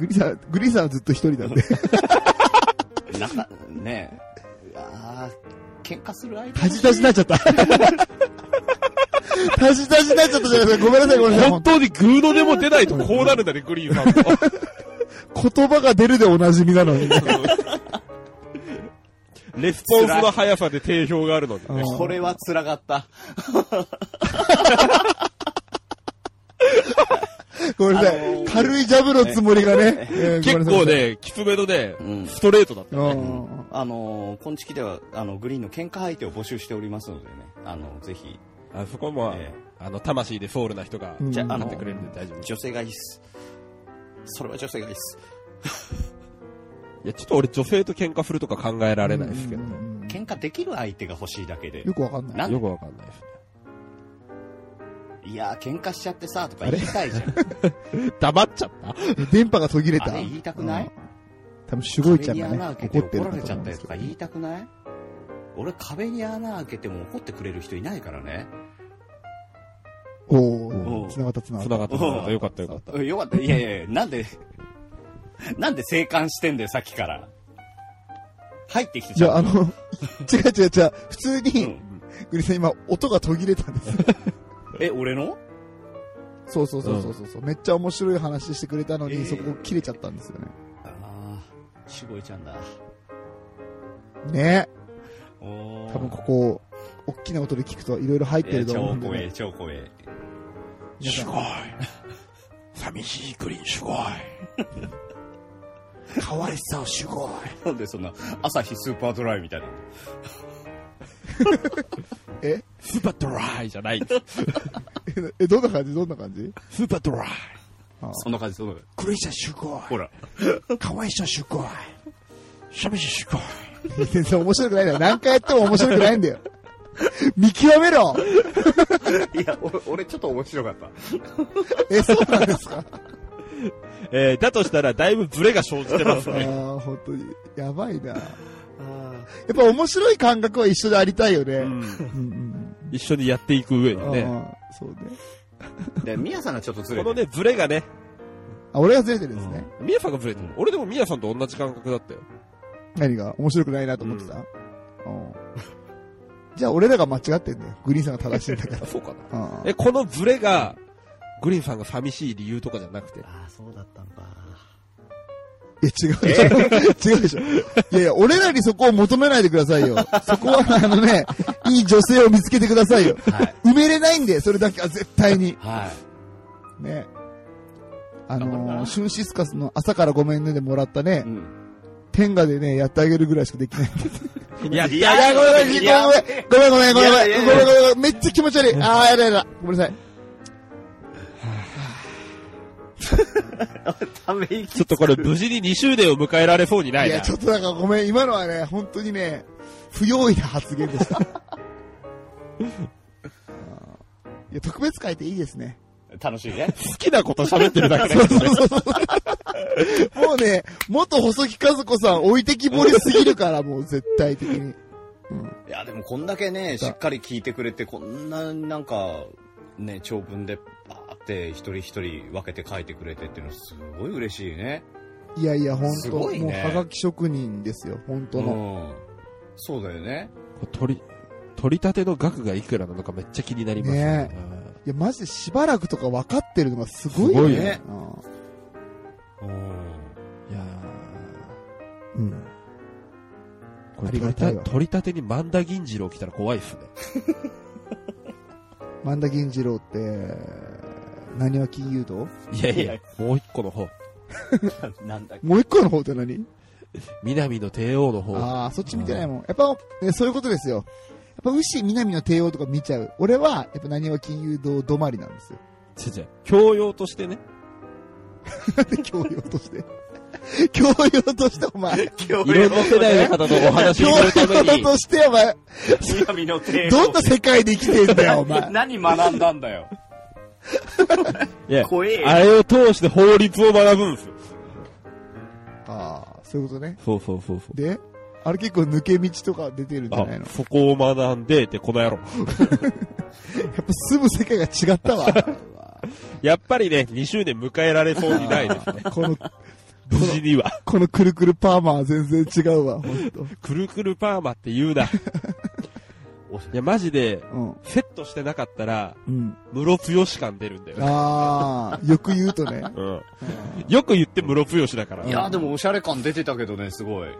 S2: グリーンさん、グリーンさんはずっと一人なんで。
S3: う、仲、 ねあー喧嘩する相手
S2: タジ タジになっちゃった。タジタジになっちゃったじゃないですか。ごめんなさい、ごめんなさい。ほ
S1: 本
S2: ん
S1: 当にグーのでも出ないとこうなるんだね、グリーンさんも。
S2: 言葉が出るでおなじみなのに。
S1: レスポンスの速さで定評があるのでね。
S3: これは辛かった。
S2: ごめんなさい。
S3: あのー
S2: 軽いジャブのつもりがね。えー
S1: 結構。ね、きつめのね、ストレートだった
S2: ごめ
S1: ね。
S2: んなさいうん。
S3: あのー、こんちきでは、あの、グリーンの喧嘩相手を募集しておりますのでね。あの、ぜひ、
S1: あそこも
S3: え、
S1: あの、魂でソウルな人が、
S2: うん
S3: じゃあ、あ
S1: な
S3: の
S1: ってくれるんで大丈夫。
S3: 女性がいいっす。それは女性がいいっす。
S1: いや、ちょっと俺女性と喧嘩するとか考えられないですけど
S2: うんう
S1: ね。
S2: んうん
S3: 喧嘩できる相手が欲しいだけで
S2: よ。くわかんない。
S3: なん
S1: よくわかんないです
S3: いやー、喧嘩しちゃってさ、とか言いたいじ ゃん。
S1: ね。黙っちゃった
S2: 電波が途切れた。
S3: あれ言いたくない
S2: うん多分、しごいちゃん
S3: 壁に
S2: が
S3: 穴開
S2: ね、
S3: け
S2: 怒
S3: て
S2: ってる
S3: 怒ら
S2: んだ
S3: れち
S2: と
S3: ゃ
S2: 思うん
S3: っ
S2: で
S3: たや
S2: す
S3: つ
S2: け
S3: か
S2: ど。
S3: 言いたくない俺壁に穴開けても怒ってくれる人いないからね。
S2: お
S3: う
S2: ー、
S3: ん
S2: 繋がった繋がっ
S1: 繋
S2: た。
S1: がった、繋がった。よかった、よかった。
S3: うんよかった。いやいやいやなんで、なんで生還してんだよ、さっきから。入ってきて
S2: じ
S3: ち
S2: ゃあ、
S3: ゃ
S2: あ
S3: う。
S2: の、 違う違う違う。普通
S3: う
S2: に、
S3: ん
S2: グリさん今、音が途切れたんですよ。
S3: え、俺の
S2: そうそうそうそうそう。めっちゃ面白い話してくれたの
S3: え
S2: に、
S3: ー
S2: そこ切れちゃったんですよね。
S3: ああ、しごいちゃんだ。
S2: ね
S3: おー
S2: 多分ここ、大きな音で聞くといろいろ入っ
S3: い
S2: て
S3: や
S2: ると思う
S3: 超
S2: んで
S3: 怖え、
S2: ね。
S3: 超怖え。
S2: 皆さん
S1: い。寂しいグリーンすごい。
S2: 可愛さをすごい。
S3: なんでそんな、朝日スーパードライみたいな。
S2: え
S1: スーパードライじゃない。
S2: え、どんな感じどんな感じ
S1: スーパードライ。
S2: あ
S3: そんな感じ、そんな感
S1: グリーンさすごい
S3: じ。ほら。
S1: 可愛さすごい。寂しいすごい。
S2: 全然面白くないんだよ。何回やっても面白くないんだよ。見極めろ
S3: いや、俺、俺ちょっと面白かった。
S2: え、そうなんですか
S1: えー、だとしたらだいぶブレが生じてます
S2: あ
S1: ね。
S2: あ、本当に。やばいな。やっぱ面白い感覚は一緒でありたいよね。
S1: う
S2: うん
S1: ん
S2: うん
S1: 一緒にやっていく上
S2: うん。
S1: にね。
S2: ああそうね。
S3: で、ミヤさんがちょっとず
S1: こ
S3: れて
S1: の
S3: る。
S1: ね、ブレがね、
S2: あ、俺がずれてるんですね。
S1: ミヤさんがブレてる。俺でもミヤさんと同じ感覚だったよ。
S2: 何が面白くないなと思ってた、うんじゃあ俺らが間違ってんだよ。グリーンさんが正しいんだから。
S1: そうかな。
S2: ああ
S1: え、このブレが、グリーンさんが寂しい理由とかじゃなくて。
S3: ああ、そうだったんだ。
S2: いや、違うでしょ。違うでしょ。いやいや、俺らにそこを求めないでくださいよ。そこは、あのね、いい女性を見つけてくださいよ。
S3: はい。
S2: 埋めれないんで、それだけは絶対に。
S3: はい。
S2: ね。あ
S3: 頑張るか
S2: のー、
S3: な
S2: シュンシスカスの朝からごめんねでもらったね
S3: う、ん。
S2: 天下でね、やってあげるぐらいしかできない。
S1: いや、
S3: い
S2: いや、ごめん
S3: いや
S2: ごめんごめんごめんごめんごめんごめんご
S3: いやい
S2: めんごめん
S3: やいや
S2: ごめんめっちゃ気持ち悪い。あー、やだやだ。ごめんなさい。
S3: ため息
S1: ちょっとこれ無事に2周年を迎えられそうにないいな。
S2: や、ちょっとなんかごめん、今のはね、本当にね、不用意な発言 でした。あーいや、特別会っていいですね。
S3: 楽しいね。
S1: 好きなこと喋ってるだけ
S2: そうそうそうそう。 もうね、元細木和子さん置いてきぼりすぎるから、もう絶対的に。
S3: いや、でもこんだけね、しっかり聞いてくれて、こんな、なんか、ね、長文で、バーって一人一人分けて書いてくれてっていうの、すごい嬉しいね。
S2: いやいや、本
S3: す
S2: 当
S3: ごいね
S2: もうはがき職人ですよ、本当の。
S3: ん。そうだよね。
S1: 取り、取り立ての額がいくらなのかめっちゃ気になりますね
S2: ね。いや、マジでしばらくとか分かってるのがすご
S1: す
S2: い
S1: ご
S2: よ
S1: い
S2: ね
S3: ね。
S2: うん
S3: うん。
S1: うんい や
S2: うん。
S1: ーこれ
S2: あ
S1: 取
S2: り
S1: り
S2: がた
S1: た
S2: いわ
S1: 取り立てに万田銀次郎来たら怖いっすね。
S2: 万田銀次郎って、何は金融道
S1: いやいや、もう一個の方。
S3: なんだっけ。
S2: もう一個の方って何
S1: 南の帝王の方。
S2: ああ、そっち見てないもん。やっぱ、ねそういうことですよ。やっぱ、牛、南の帝王とか見ちゃう。俺は、やっぱ、何は金融道止まりなんですよ。
S1: ちょちょ、教養としてね、
S2: なんで教養として。 教養として、お前。
S1: い
S3: 今
S1: ろんな世代の方とお話
S2: 教
S1: をするため
S2: 養
S1: に、
S2: として、お前、
S3: 神の 帝
S2: どんな世界で生きてん だよ、お前。
S3: 何学んだんだよ。
S1: いや
S3: 怖えよ
S1: あれを通して法律を学ぶんですよ。
S2: ああ、そういうことね。
S1: そうそうそうそう。
S2: で、あれ結構抜け道とか出てるんじゃ
S1: あ
S2: ないの、
S1: そこを学んでって、この野郎。
S2: やっぱ住む世界が違ったわ。
S1: やっぱりね、2周年迎えられそうに ないですね。
S2: この、
S1: 無事には。
S2: このくるくるパーマは全然違うわ、ほんと。
S1: くるくるパーマって言うな。いや、マジで、
S2: うん。
S1: セットしてなかったら、
S2: うん。
S1: ムロツヨシ感出るんだよね。
S2: ああ、よく言うとね。
S1: うん。
S2: うん
S1: よく言ってムロツヨシだから。
S3: いや、でもおしゃれ感出てたけどね、すごい。
S1: あ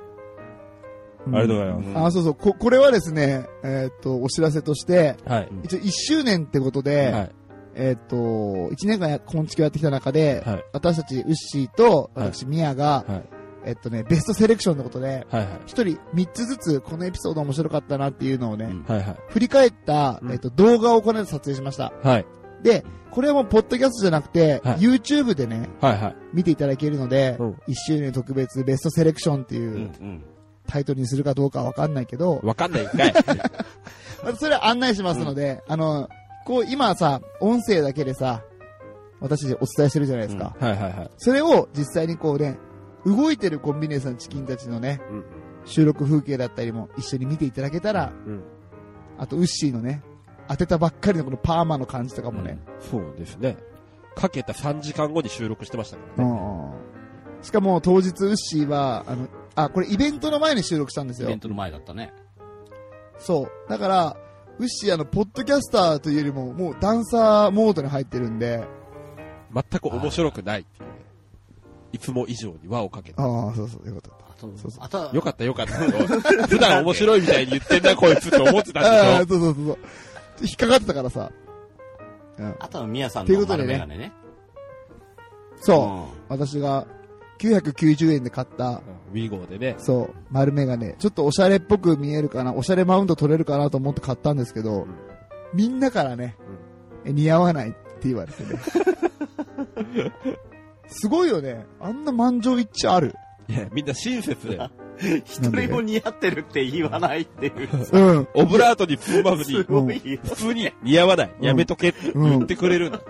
S1: りがとうございます
S3: うん
S2: あ、そうそう。こ、これはですね、えーっと、お知らせとして、
S1: はい。
S2: 一応1周年ってことで、
S1: はい。
S2: えーっと、1年間や、こんちきをやってきた中で、
S1: はい
S2: 私たち、ウッシーと、
S1: はい
S2: 私、ミヤが、
S1: はい。
S2: えーっとね、ベストセレクションのことで、
S1: はい。はい。
S2: 1人3つずつ、このエピソード面白かったなっていうのをね、
S3: うん
S1: はい。はい。
S2: 振り返った、
S1: うん
S2: えーっと、動画をこの間撮影しました。
S1: はい。
S2: で、これはもう、ポッドキャストじゃなくて、
S1: はい
S2: YouTube でね、
S1: はい。はい。
S2: 見ていただけるので、
S1: うん
S2: 1周年特別ベストセレクションって
S3: う。
S2: いうんタイトルにするかどうかはわかんないけど、
S1: わかんないん かい。
S2: まあそれは案内しますので、あの、こう今さ、音声だけでさ、私たちお伝えしてるじゃないですか。
S1: はい。はい。はい。
S2: それを実際にこうね、動いてるコンビネーションチキンたちのね、
S1: うん。
S2: 収録風景だったりも一緒に見ていただけたら、
S1: うん。
S2: あとウッシーのね、当てたばっかりのこのパーマの感じとかもね、
S1: そうですね。かけた3時間後に収録してましたから
S2: う
S1: ね。
S2: んしかも当日ウッシーは、あの、あ、これイベントの前に収録したんです
S3: イ
S2: よ
S3: ベン。トの前だったね。
S2: そう。だから、ウッシーあの、ポッドキャスターというよりも、もうダンサーモードに入ってるんで、
S1: 全く面白くないっていうね。いつも以上に輪をかけて。
S2: ああ、そうそう、よかった。
S3: そう
S2: そうそ
S3: あとは
S1: よかったよかった。普段面白いみたいに言ってんな、こいつって思ってた
S2: ああ
S1: ん
S2: ー、そうそうそうそう。引っかかってたからさ。うん、
S3: あとはミヤさん
S2: という
S3: の
S2: ことで
S3: 丸
S2: ね
S3: メガネね。
S2: そう。
S3: うん
S2: 私が990円で買っ
S1: で
S2: た、
S1: しょ。ウィゴーでね。
S2: そう、丸メガネ。ちょっとおしゃれっぽく見えるかな、おしゃれマウント取れるかなと思って買ったんですけど、
S1: ん
S2: みんなからね、え似合わないって言われてね。 すごいよね。あんな満場一致ある。
S1: いや、みんな親切で、
S3: 一人も似合ってるって言わないっていう。
S2: うん。
S1: オブラートに包まず
S3: す
S1: に、
S3: ごいよ。
S1: 普通に似合わない。
S2: ん
S1: やめとけって言ってくれるんだ。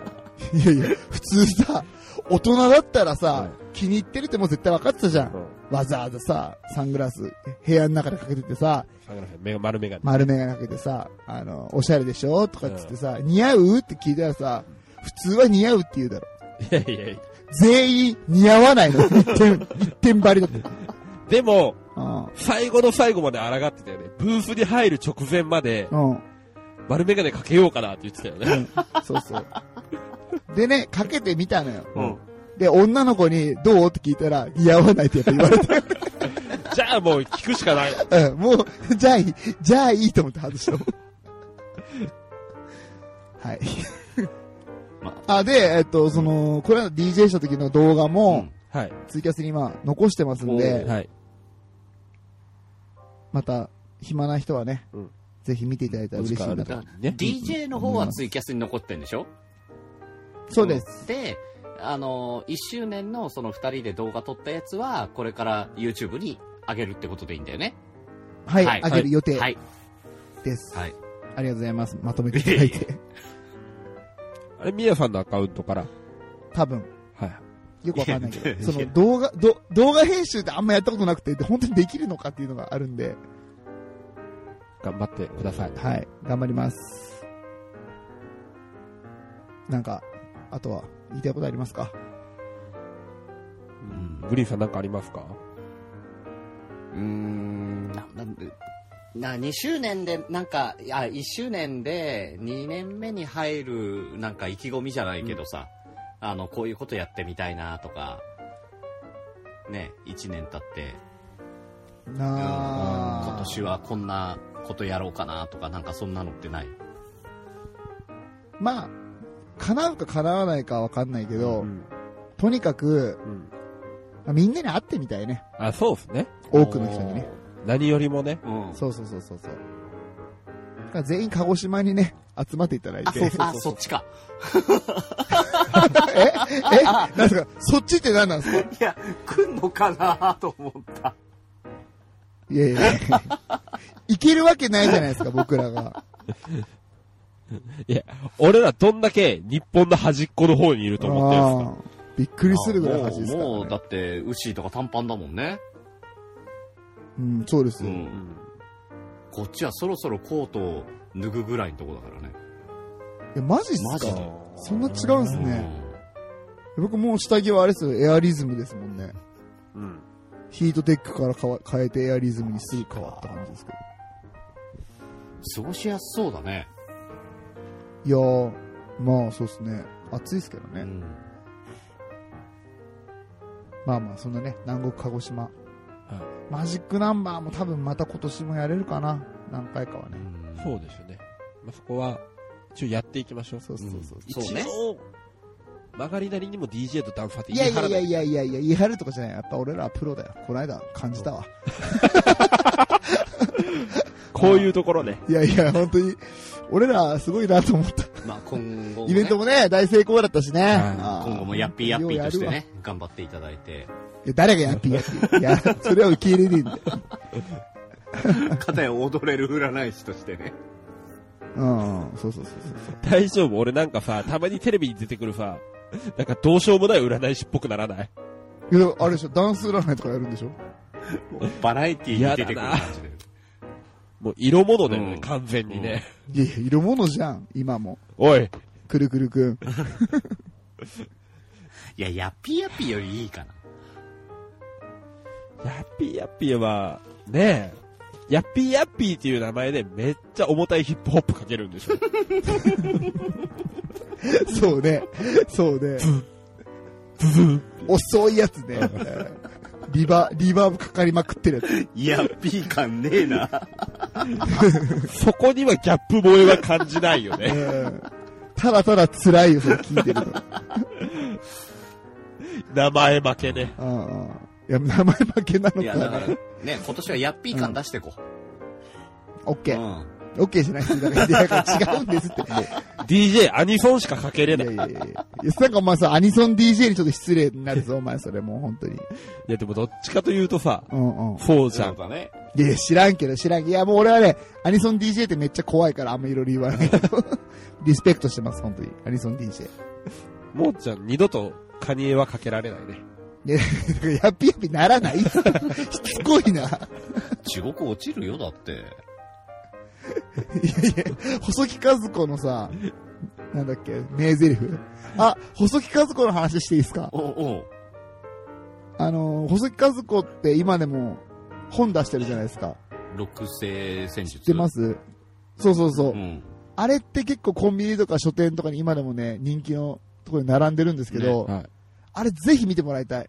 S2: いやいや、普通さ、大人だったら
S1: は
S2: さ
S1: い、
S2: 気に入ってるってもう絶対分かってたじゃん。わざわざさ、サングラス、部屋の中でかけててさ、
S1: 桜井さん目が丸眼鏡。
S2: 丸眼鏡かけてさ、あの、おしゃれでしょとかっつってさ、似合うって聞いたらさ、普通は似合うって言うだろ。
S1: いやいやいや。
S2: 全員似合わないの。一点、一点張りだった。
S1: でも、
S2: うん
S1: 最後の最後まで抗ってたよね。ブースに入る直前まで、
S2: うん。
S1: 丸眼鏡かけようかなって言ってたよね。
S2: そうそう。でね、かけてみたのよ。
S1: うん
S2: で、女の子にどうって聞いたら、似合わないってやっぱ言われて、
S1: じゃあもう聞くしかない。
S2: うん もう、じゃあいい、じゃあいいと思って外したもん。 はい。
S3: ま
S2: あ、で、えっと、その、これは DJ した時の動画
S3: あ
S2: も、
S1: はい。
S2: ツイキャスに今残してますんで、
S1: はい。
S2: また暇な人はね、
S1: うん
S2: ぜひ見ていただいたら嬉しいな
S1: お時間
S2: と
S1: あ。る時にね
S3: DJ の方はツイキャスに残ってんでしょ
S2: そうです。
S3: す。で、あの、1周年のその2人で動画撮ったやつは、これから YouTube に上げるってことでいいんだよね。
S2: はい、
S3: はい
S2: あげる予定
S3: はい。
S2: です、
S3: はい。
S2: ありがとうございます。まとめていただいて。
S1: あれ、みやさんのアカウントから。
S2: 多分。
S1: はい。
S2: よくわかんないけ
S3: いや
S2: ど。その動画、ど動画編集ってあんまやったことなくて、で本当にできるのかっていうのがあるんで、
S1: 頑張ってください。
S2: はい。頑張ります。なんか、あとは、言いたいことありますか
S1: うんグリーンさんなんかありますか
S3: うーん、な、なんで、な、2周年で、なんか、いや、1周年で、2年目に入る、なんか意気込みじゃないけどさ、あの、こういうことやってみたいなとか、ね、1年経って、うん
S2: なあ
S3: 今年はこんなことやろうかなとか、なんかそんなのってない。
S2: まあ、叶うか叶わないかわかんないけど、
S1: うん
S2: とにかく、
S1: うん
S2: みんなに会ってみたいね。
S1: あ、そうですね。
S2: 多くの人にね。
S1: 何よりもね。
S3: うん。
S2: そうそうそうそうそう。だから全員鹿児島にね、集まっていただい
S3: あ
S2: て。
S3: そあ、そっちか。
S2: え えなんですかそっちって何なんですか
S3: いや、来んのかなと思 った。
S2: いやいやい や。いけるわけないじゃないですか、僕らが。
S1: いや、 俺らどんだけ日本の端っこの方にい ると思ってるんですか
S2: あーびっくりするぐらい
S3: あ
S2: 恥ですか
S3: もう、もうだ
S2: ら、ね。
S3: って、ウッシーとか短パンだもんね。
S2: うん、そうです
S3: う
S2: よ。
S3: ん
S1: う。ん
S3: こっちはそろそろコートを脱ぐぐらいのとこだからね。
S2: え、マジっす
S3: マジ
S2: か
S3: で
S2: そんな違うんすね。
S3: う
S2: 僕もう下着はあれですよ、エアリズムですもんね。
S1: うん
S2: ヒートテックから変わ変えてエアリズムにすぐ変わった感じですけど。
S3: ん過ごしやすそうだね。
S2: いやー、まあそうですね。暑いですけどね。
S3: うん
S2: まあまあ、そんなね、南国鹿児島。マジックナンバーも多分また今年もやれるかな。何回かはね。
S1: そうですよね。まあ、そこは、一応やっていきましょう。
S2: そうそうそう。
S3: そう
S1: 一
S3: ね
S1: 応、曲がりなりにも DJ とダンサーって
S2: い
S1: 言
S2: や
S1: い
S2: い
S1: 張
S2: や
S1: ら
S2: い
S1: な
S2: や
S1: い。
S2: いやいやいや、言い張るとかじゃない。やっぱ俺らはプロだよ。この間感じたわ。
S1: こういうところね。
S2: いやいや、本当に、俺らすごいなと思った。
S3: まあ今後も、ね、
S2: イベントもね、大成功だったしね。あー
S3: 今後もヤッピーヤッピーとして。
S2: ようやるわ
S3: ね、頑張っていただいて、
S2: いや誰がヤッピーヤッ ピー。いや、それは受け入れねえんだよ。
S3: 片や踊れる占い師とし てね。
S2: うん、そうそうそうそう。
S1: 大丈夫俺なんかさ、たまにテレビに出てくるさ、なんかどうしようもない占い師っぽくならない
S2: いや、あれでしょ、ダンス占いとかやるんでしょ
S3: バラエティーに出てくる感じで。
S1: もう色物だよね、
S3: うん
S1: 完全にね。
S2: いやいや、色物じゃん、今も。
S1: おい、
S2: くるくる くん。
S3: いや、ヤッピーヤッピーよりいいかな。
S1: ヤッピーヤッピーは、ねえ、ヤッピーヤッピーっていう名前でめっちゃ重たいヒップホップかけるんでしょ。
S2: そうね。そうね。遅いやつね。リバ、リバーブかかりまくって るやつ。
S3: いや、ピー感ねえな。
S1: そこにはギャップ萌えは感じないよね。
S2: うんただただ辛いよ、それ聞いてる と。
S1: 名前負けね。
S2: うんうんいや、名前負けなの
S3: いや、だか
S2: か。
S3: ら、ね、今年はヤッピー感出してこ
S2: オッ
S3: う。
S2: ケ
S3: う
S2: ー。
S3: ん。
S2: オッケーしない人だから、だから違うん ですって。
S1: DJ アニソンしか書けれ
S2: い
S1: ない。
S2: や
S1: い
S2: いやいやいや。なんかお前さ、アニソン DJ にちょっと失礼になるぞ、お前それもう本当に。
S1: や、でもどっちかというとさ、
S2: うんうん。
S1: そうじゃ。
S3: そうんだね。
S2: いやいや、知らんけど、知らんけど。いや、もう俺はね、アニソン DJ ってめっちゃ怖いから、あんまいろいろ言わないけど。リスペクトしてます、本当に。アニソン DJ。
S1: もうちゃん、二度とカニエはかけられないね。
S2: いや、だからやっぴやっぴならないしつこいな。いや
S3: 地獄落ちるよ、だって。
S2: いや、細木和子のさ、なんだっけ、名台詞。あ、細木和子の話していいですか
S3: おおう
S2: あの、細木和子って今でも本出してるじゃないですか。
S3: 六星戦術。。
S2: 知ってますすそうそうそう。
S3: うん。
S2: あれって結構コンビニとか書店とかに今でもね、人気のところに並んでるんですけど、
S1: ねはい
S2: あれぜひ見てもらいたい。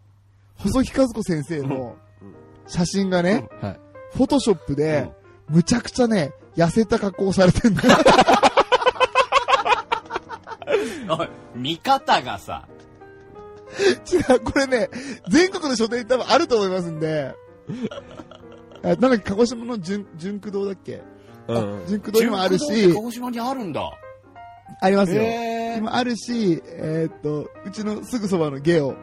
S2: 細木和子先生の
S1: うん
S2: 写真がね、
S1: はい。
S2: フォトショップで、むちゃくちゃね、痩せた格好をされてんだよ。
S3: うんおい、 見方がさ、
S2: 違う、これね、全国の書店に多分あると思いますんで、あなんだっけ、鹿児島の純純駆堂だっけ、
S1: うん。
S2: 純駆堂にもある
S3: 中古道
S2: し
S3: って鹿、児島にあるんだ。
S2: ありますよ。
S3: へえ
S2: にもあるし、えーっと、うちのすぐそばのゲオ
S1: は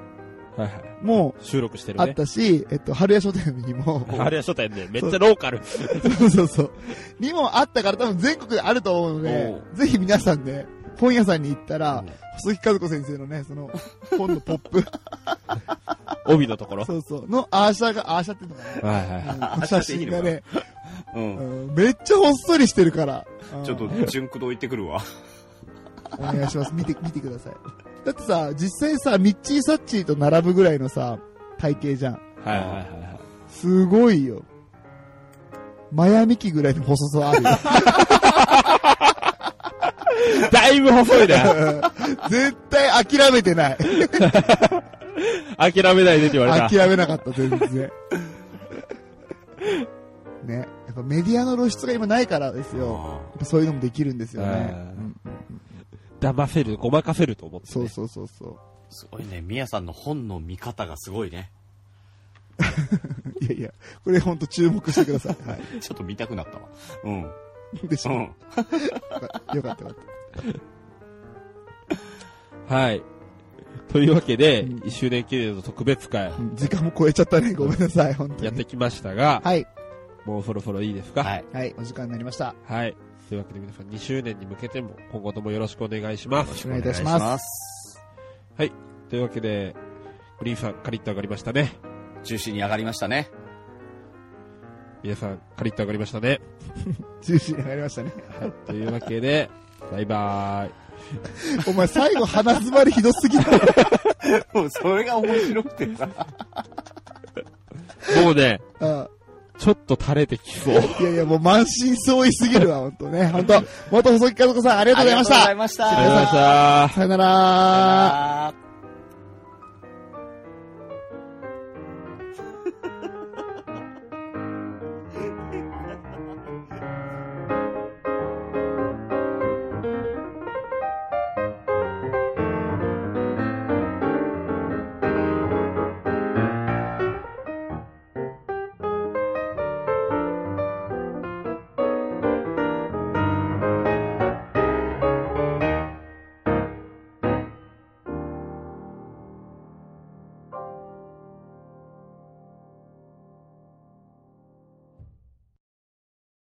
S1: いはい。
S2: も
S1: 収録してる
S2: あ
S1: ね
S2: っ。たし、えっと、春屋書店に も、
S1: あれは初対ね、めっちゃローカル。
S2: そうそうそう。にもあったから多分全国であると思うので、ぜひ皆さんね、本屋さんに行ったら、細木和子先生のね、その、本のポップ、
S1: 帯のところ。は
S2: そうそう、のアーシャが、アーシャっていうのか
S1: いは
S2: な、
S3: ア
S2: うん
S3: ーシャ
S2: 写
S3: っていい
S2: 真
S3: の
S2: が
S3: かな
S2: ね、
S3: うん。
S2: うんめっちゃほっそりしてるから、うん
S3: ちょっと、純駆動行ってくるわ。
S2: お願いします。見て、見てください。だってさ、実際さ、ミッチー・サッチーと並ぶぐらいのさ、体型じゃん。
S1: い。はいはいはいはい。
S2: すごいよ。マヤミキぐらいの細さあるよ。
S1: だいぶ細いね。
S2: 絶対諦めてない。
S1: 諦めないでって言われた。
S2: 諦めなかった、全 然。ね。やっぱメディアの露出が今ないからですよ。
S3: あ
S2: やっぱそういうのもできるんですよね。
S1: うん
S2: うん
S1: 騙せる、ごまかせると思ってね。
S2: そうそうそうそ
S3: ーすごいね、みやさんの本の見方がすごいね。
S2: う。いやいや、これほんと注目してください。は
S3: ちょっと見たくなったわ。うん。
S2: い。でし
S3: う
S2: ょ、よ
S3: ん。
S2: かったよかった。
S1: はい。というわけで、
S2: うん
S1: 1周年記念の特別会、
S2: うん時間も超えちゃったね。ごめんなさい、本当に。
S1: やってきましたが、
S2: はい。
S1: もうそろそろいいですか。
S3: はいい。
S2: はい、お時間になりました。
S1: というわけで皆さん2周年に向けても、今後ともよろしくお願いし
S3: よ
S1: ま
S3: ろ
S1: す。
S3: し
S2: くお願いいたします
S3: す。
S1: というわけで、グリーンさん、カリッと上がりましたね。
S3: 中心に上がりました ね。
S1: 皆さん、カリッと上がりましたね。
S2: 中止に上がりましたね。
S1: はい。というわけで、バイバーイ。
S2: お前最後鼻詰まりひどすぎだ ろ。
S3: もうそれが面白くてさ。
S1: もうね、
S2: うん
S1: ちょっと垂れてきそう。
S2: いやいや、もう満身創痍すぎるわ、本当ね。本当元細木和子さん、ありがとうございました。
S3: ました。
S1: あ
S3: あ
S1: り
S3: り
S1: が
S3: が
S1: と
S3: と
S1: うございました。
S2: さよな
S3: うござい
S2: ら。
S3: ました。